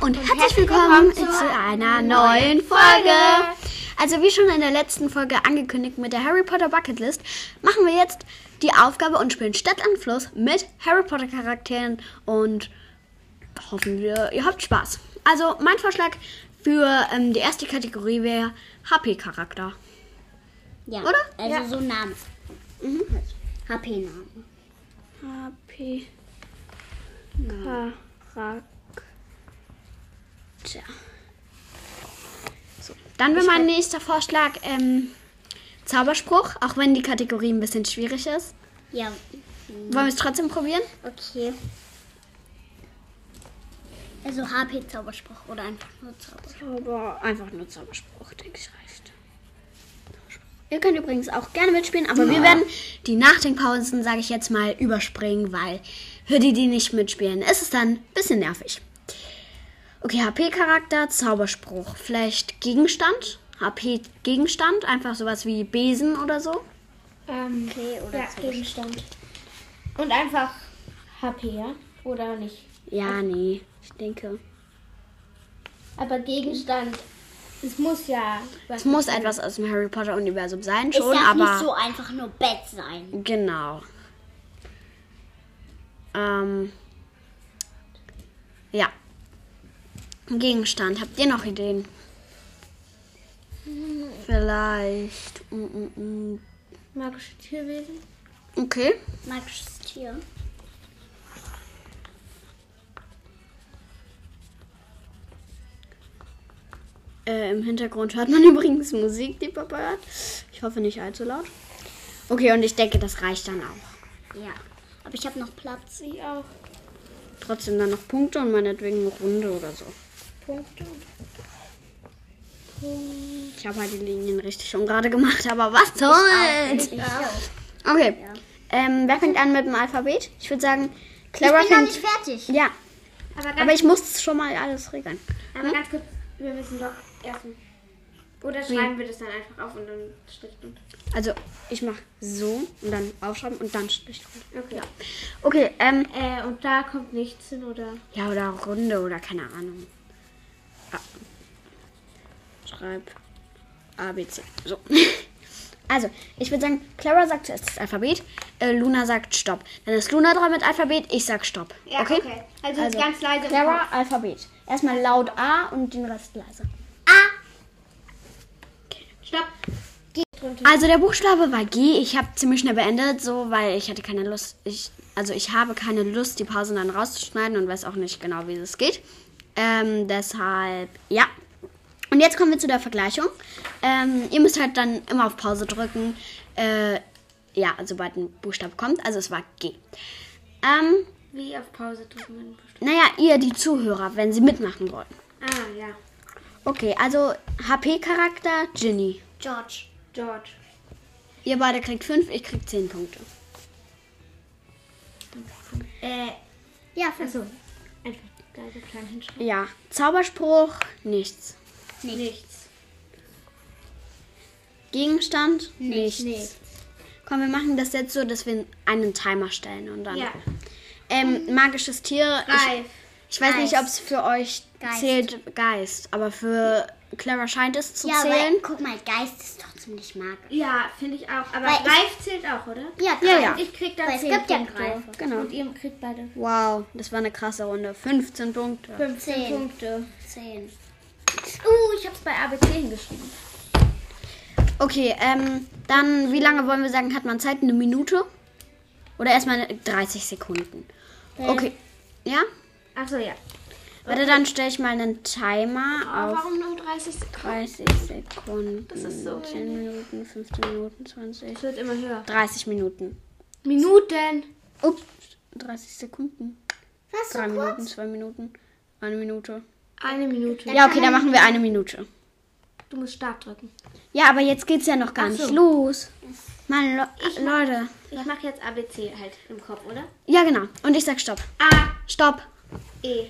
und herzlich willkommen zu einer neuen Folge. Also wie schon in der letzten Folge angekündigt mit der Harry Potter Bucketlist, machen wir jetzt die Aufgabe und spielen Stadt an Fluss mit Harry Potter Charakteren und hoffen wir, ihr habt Spaß. Also mein Vorschlag für ähm, die erste Kategorie wäre HP-Charakter. Ja. Oder? Also Ja. Mhm. so Namen. HP-Namen. HP Charakter. So, dann wäre mein nächster Vorschlag ähm, Zauberspruch, auch wenn die Kategorie ein bisschen schwierig ist. Ja. Wollen wir es trotzdem probieren? Okay. Also HP-Zauberspruch oder einfach nur Zauberspruch. Zauber, einfach nur Zauberspruch, denke ich, reicht. Ihr könnt übrigens auch gerne mitspielen, aber wir werden die Nachdenkpausen, sage ich jetzt mal, überspringen, weil für die, die nicht mitspielen, ist es dann ein bisschen nervig. Okay, HP-Charakter, Zauberspruch. Vielleicht Gegenstand? HP-Gegenstand, einfach sowas wie Besen oder so. Ähm, Okay, oder ja, Zauberspruch. Gegenstand. Und einfach HP, ja? Oder nicht? Ja, nee, ich denke. Aber Gegenstand, es muss ja Es was. muss etwas aus dem Harry Potter-Universum sein, Es schon, darf aber. nicht so einfach nur Bett sein. Genau. Ähm, ja. Gegenstand. Habt ihr noch Ideen? Vielleicht. mm, mm, mm. Magische Tierwesen? Okay. Magisches Tier. Äh, Im Hintergrund hört man übrigens Musik, die Papa hört. Ich hoffe nicht allzu laut. Okay, und ich denke, das reicht dann auch. Ja. Aber ich habe noch Platz. Ich auch. Trotzdem dann noch Punkte und meinetwegen eine Runde oder so. Punkte? Ich habe halt die Linien richtig ungerade gemacht, aber was soll's? Ich auch. Okay. Ähm, wer fängt an mit dem Alphabet? Ich würde sagen, Ich Clara bin noch fängt. nicht fertig. Ja, Aber hm? ganz, aber ich muss schon mal alles regeln. aber ganz kurz, wir müssen doch essen. Oder schreiben wir das dann einfach auf und dann stiften. Also, ich mache so und dann aufschreiben und dann Strich drunter. Okay. Okay, ähm, Äh, und da kommt nichts hin, oder? ja, oder Runde oder keine Ahnung. Ah. Schreib A, B, C. So. Also, ich würde sagen, Clara sagt zuerst das Alphabet, äh, Luna sagt Stopp. Dann ist Luna dran mit Alphabet, ich sag Stopp. Also, Also, ganz leise. im Clara, Alphabet. Erstmal laut A und den Rest leise. Kopf. Stopp. Geh drunter. Also der Buchstabe war G. Ich habe ziemlich schnell beendet, so weil ich hatte keine Lust. Ich, also ich habe keine Lust, die Pausen dann rauszuschneiden und weiß auch nicht genau, wie es geht. Ähm, deshalb ja. Und jetzt kommen wir zu der Vergleichung. Ähm, ihr müsst halt dann immer auf Pause drücken. Äh, ja, sobald ein Buchstabe kommt. Also es war G. Ähm, Wie auf Pause drücken wir den Buchstaben. naja, ihr die Zuhörer, wenn sie mitmachen wollen. Ah, ja. Okay, also HP-Charakter Ginny. George. George. Ihr beide kriegt 5, ich krieg 10 Punkte. Äh, Ja, fünf. so. Einfach da so klein hinschreiben. Ja, Zauberspruch, nichts. Nichts. Gegenstand, nichts. Nichts. Komm, wir machen das jetzt so, dass wir einen Timer stellen und dann. Ja. Ähm, magisches Tier. Reif. Ich, ich weiß nicht, ob Geist. es für euch Geist. zählt, Geist, aber für Clara scheint es zu Ja, zählen. aber guck mal, Geist ist trotzdem nicht magisch. Ja, finde ich auch. Aber Weil ich- Greif zählt auch, oder? Ja, Ja, ja. Ich krieg da Weil es 10 gibt ja Punkte. Greife. Genau. Und ihr kriegt beide Wow, das war eine krasse Runde. 15 Punkte. 15 Zehn. Punkte. Zehn. Uh, ich hab's bei ABC hingeschrieben. Okay, ähm, dann wie lange wollen wir sagen, hat man Zeit? Eine Minute? Oder erstmal 30 Sekunden? Äh. Okay. Ja? Achso, ja. Warte, dann stelle ich mal einen Timer auf. warum nur 30 Sekunden? 30 Sekunden. Das ist so 10 Minuten, 15 Minuten, 20. Es wird immer höher. 30 Minuten. Minuten. Ups, 30 Sekunden. Was 3 Minuten, 2 Minuten, 1 Minute. Eine Minute. Ja, okay, dann machen wir eine Minute. Du musst Start drücken. Ja, aber jetzt geht's ja noch gar Ach so. nicht los. Mann, Le Leute. Ich mache jetzt ABC halt im Kopf, oder? Ja, genau. Und ich sag Stopp. A, Stopp. E.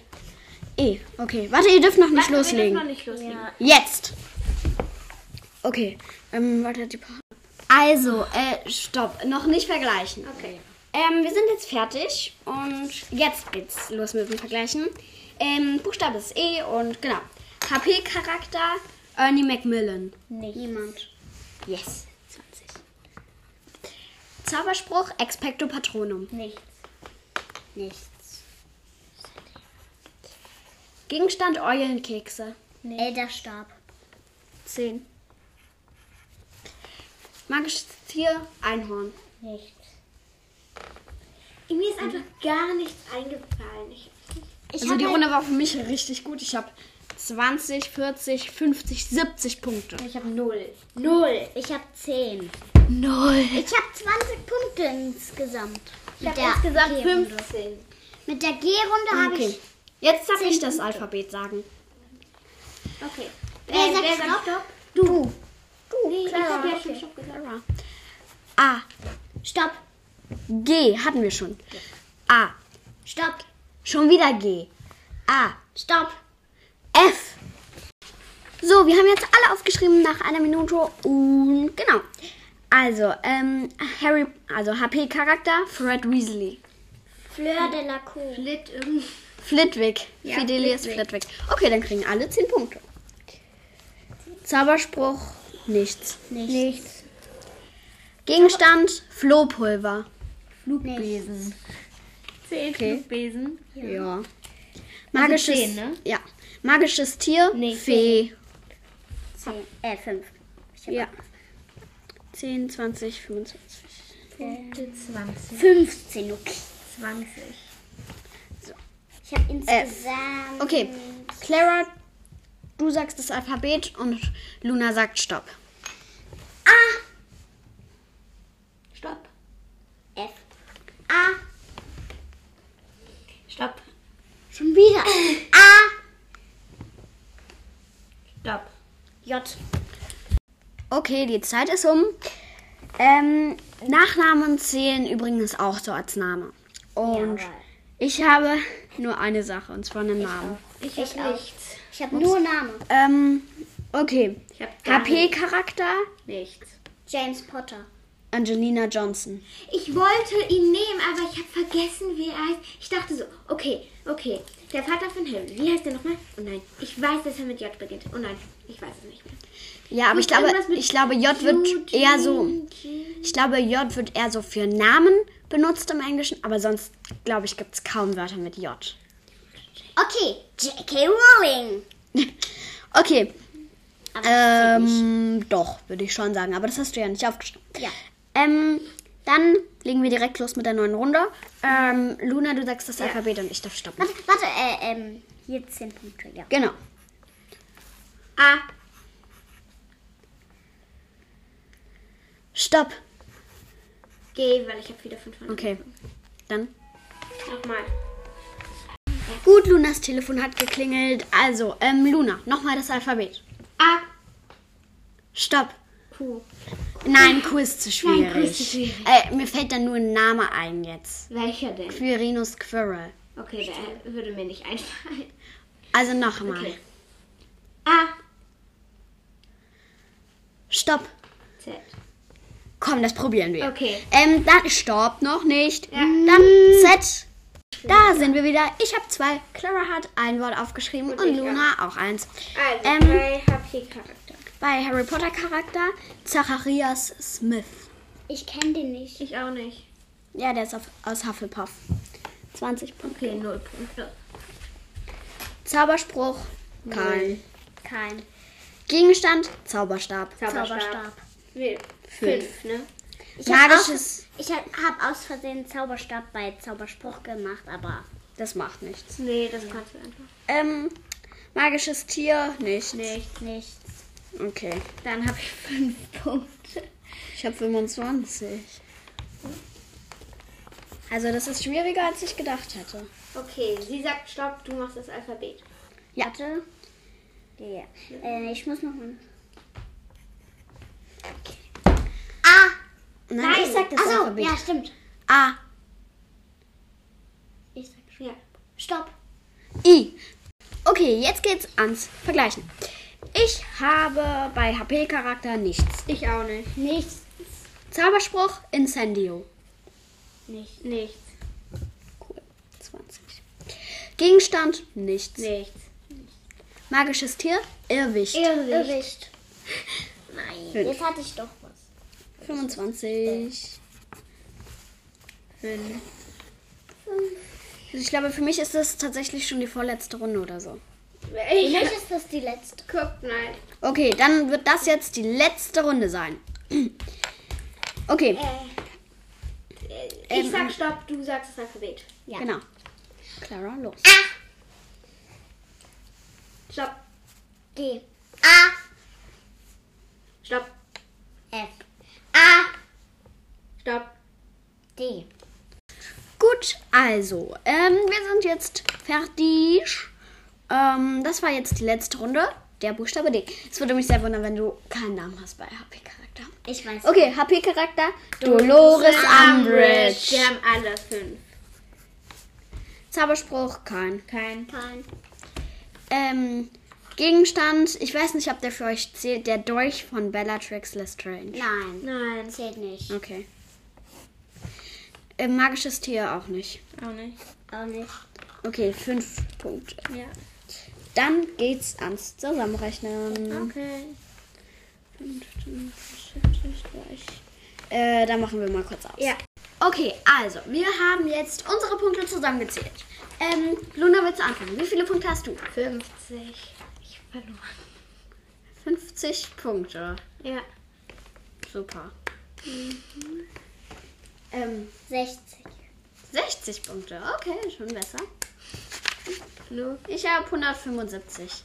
E. Okay, warte, ihr dürft noch nicht Warte, wir dürfen loslegen. noch nicht loslegen. Jetzt. Okay, ähm, warte, die Pa- Also, äh, stopp. Noch nicht vergleichen. Okay. Ähm, wir sind jetzt fertig und jetzt geht's los mit dem Vergleichen. Ähm, Buchstabe ist E und genau. HP-Charakter Ernie Macmillan. Nicht. Niemand. Yes. 20. Zauberspruch Expecto Patronum. Nichts. Nichts. Gegenstand Eulenkekse. Elderstab. 10. Magisches Tier Einhorn. Nichts. Mir ist einfach gar nichts eingefallen. Ich, Hm. Ich also die hab halt Runde war für mich richtig gut. Ich habe 20, 40, 50, 70 Punkte. Ich habe null. null. Ich habe zehn. Null. Ich habe 20 Punkte insgesamt. Ich habe insgesamt G-Runde. 15. Mit der G-Runde habe Okay. ich. Jetzt darf ich das Alphabet sagen. Okay. Äh, Wer sagt Stopp? Du. Du. Nee, ich Clara. habe ja schon okay. Stopp gesagt. A. Stopp. G hatten wir schon. A. Stopp. Schon wieder G. A. Stopp. F. So, wir haben jetzt alle aufgeschrieben nach einer Minute und genau. Also, ähm, Harry, also HP-Charakter Fred Weasley. Fleur de la Cour. Lit irgendwie. Flitwick. Ja, Fidelius Flitwick. Okay, dann kriegen alle 10 Punkte. Zauberspruch, nichts. Nichts. Nichts. Gegenstand, Flohpulver. Flugbesen. 10 Okay. Flugbesen. Ja. Magisches, zehn, ne? ja. Magisches Tier, Nee, Fee. Zehn. Äh, fünf. Ich hab Ja. 10, 20, 25. Punkte 20. 15, okay. 20. Ich habe insgesamt. Okay, Clara, du sagst das Alphabet und Luna sagt Stopp. Stopp. F. A. Stopp. Schon wieder. A. Stopp. J. Okay, die Zeit ist um. Ähm, Nachnamen zählen übrigens auch so als Name. Und Jawohl. ich habe nur eine Sache, und zwar einen Namen. Ich, hab nichts. Ich habe nur Name. Ähm, okay. Ich hab gar HP-Charakter nichts. James Potter. Angelina Johnson. Ich wollte ihn nehmen, aber ich habe vergessen, wie er heißt. Ich dachte so, okay, okay. Der Vater von Harry. Wie heißt der nochmal? Oh nein. Ich weiß, dass er mit J beginnt. Oh nein. Ich weiß es nicht mehr. Ja, aber ich glaube, irgendwas mit ich glaube, J wird eher so. Ich glaube, J wird eher so für Namen benutzt im Englischen, aber sonst, glaube ich, gibt es kaum Wörter mit J. Okay, J.K. Rowling. Okay. Aber das zählt nicht. Ähm, doch, würde ich schon sagen. Aber das hast du ja nicht aufgeschrieben. Ja. Ähm, dann legen wir direkt los mit der neuen Runde. Ähm, Luna, du sagst das Alphabet und ich darf stoppen. Warte, warte, äh, ähm, hier 10 Punkte, ja. Genau. A. Stopp. G, weil ich habe wieder 500. Okay. Dann. Nochmal. Gut, Lunas Telefon hat geklingelt. Also, ähm, Luna, nochmal das Alphabet. A. Stopp. Q. Nein, Q ist zu schwierig. Q ist zu schwierig. Äh, mir fällt dann nur ein Name ein jetzt. Welcher denn? Quirinus Quirrell. Okay, der würde mir nicht einfallen. Also nochmal. Okay. A. Stopp. Z. Komm, das probieren wir. Okay. Ähm, dann stopp noch nicht. Dann Z. Da sind wir wieder. Ich habe zwei. Clara hat ein Wort aufgeschrieben und, ich Luna auch eins. Also, Ähm. bei HP-Charakter. Bei Harry Potter Charakter Zacharias Smith. Ich kenne den nicht. Ich auch nicht. Ja, der ist auf, aus Hufflepuff. 20 Punkte. Okay, null Punkte. Zauberspruch. Kein. Kein. Gegenstand. Zauberstab. Zauberstab. Nee, Fünf. Fünf, ne? Ich hab Magisches. aus- Ich habe aus Versehen Zauberstab bei Zauberspruch gemacht, aber Das macht nichts. Nee, das kannst du einfach. Ähm, magisches Tier. Nicht. nichts. Okay. Dann habe ich fünf Punkte. Ich habe 25. Also das ist schwieriger, als ich gedacht hätte. Okay, sie sagt Stopp, du machst das Alphabet. Ja. Warte. Ja. Äh, ich muss noch mal. Ah, Nein, ich sag das Ach so, Alphabet. also, Ja, stimmt. A, Ich sag schon. Ja. Stopp. I. Okay, jetzt geht's ans Vergleichen. Ich habe bei HP-Charakter nichts. Ich auch nicht. Nichts. Zauberspruch Incendio. Nichts. Nichts. Cool. 20. Gegenstand? Nichts. Nichts. Magisches Tier? Irrwicht. Irrwicht. Nein. Fünf. Jetzt hatte ich doch was. 25. 5. Also ich glaube, für mich ist das tatsächlich schon die vorletzte Runde oder so. Für Ich mich ist das die letzte. guck mal. Okay, dann wird das jetzt die letzte Runde sein. Okay, Äh, Ich Ähm, ähm. sag Stopp, du sagst das Alphabet. ja. genau. Clara, los. Stopp, G. A. stopp, F. A. stopp. D. Gut, also, ähm, wir sind jetzt fertig. Ähm, das war jetzt die letzte Runde. Der Buchstabe D. Es würde mich sehr wundern, wenn du keinen Namen hast bei HP-Charakter. Ich weiß. Okay, HP-Charakter. Dolores Umbridge. Wir haben alle fünf. Zauberspruch, kein. Kein. Kein. Ähm, Gegenstand, ich weiß nicht, ob der für euch zählt, der Dolch von Bellatrix Lestrange. Nein. Nein. Zählt nicht. Okay. Ähm, magisches Tier auch nicht. Auch nicht. Auch nicht. Okay, fünf Punkte. Ja. Dann geht's ans Zusammenrechnen. Okay. Äh, da machen wir mal kurz aus. Ja. Okay, also, wir haben jetzt unsere Punkte zusammengezählt. Ähm, Luna, willst du anfangen? Wie viele Punkte hast du? 50. Ich hab verloren. 50 Punkte. Ja. Super. Mhm. Ähm, 60. 60 Punkte. Okay, schon besser. Nur. Ich habe 175.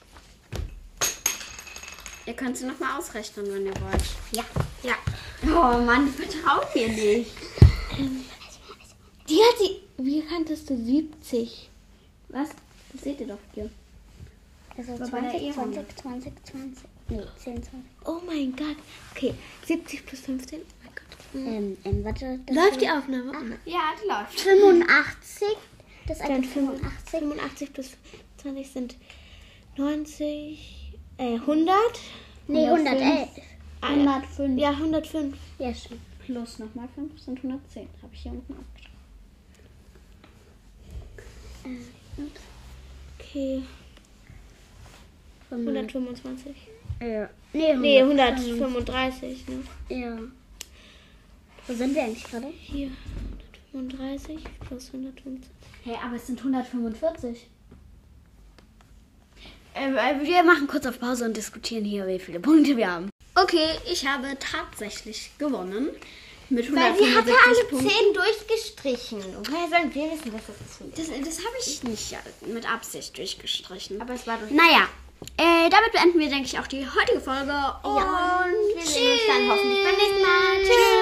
Ihr könnt sie nochmal ausrechnen, wenn ihr wollt. Ja. Ja. Oh Mann, vertraut mir nicht. Die hat die. Wie kanntest du 70? Was? Das seht ihr doch hier. Also war bei ihr? 20, 20, 20, 20. Nee, 10, 20. Oh mein Gott. Okay. 70 plus 15. Oh mein Gott. Ähm, ähm, warte. das Läuft sind die Aufnahme? Ah. Ja, die läuft. 85. Das Dann ergibt 85. 85 plus 20 sind 90. Äh, 100. Nee, 111. Ah, 105. Ja, 105. Ja, schon. Plus nochmal 5 sind 110. Habe ich hier unten abgeschrieben. Okay. 125. Ja. Nee, Nee, 135. Ne? Ja. Wo sind wir eigentlich gerade? Hier. 135 plus 125. Hey, aber es sind 145. Ähm, äh, wir machen kurz auf Pause und diskutieren hier, wie viele Punkte wir haben. Okay, ich habe tatsächlich gewonnen. Mit Weil sie 175 hatte alle Punkten. 10 durchgestrichen. Und woher sollen wir wissen, dass das ist? Das, äh, das habe ich nicht mit Absicht durchgestrichen. Aber es war durch. naja, äh, damit beenden wir, denke ich, auch die heutige Folge. Und Ja. Wir tschüss. sehen uns dann hoffentlich beim nächsten Mal. Tschüss.